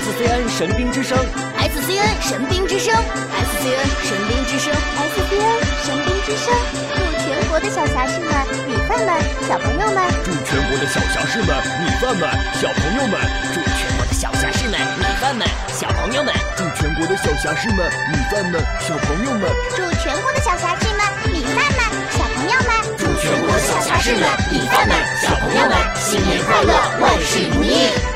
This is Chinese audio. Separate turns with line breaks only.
SCN 神兵之声
SCN 神兵之声，SCN 神兵之声
SBN 神兵之声，祝全国的小侠士们、米饭们、小朋友们
祝全国的小侠士们、米饭们、小朋友们，祝
全国的小侠士们、米饭们、小朋友们，
祝全国的小侠士们、米饭们、小朋友们，
祝全国的小侠士们、米饭们、小朋友们，
祝全国的小侠士们、米饭们、小朋友们，新年快乐，万事如意。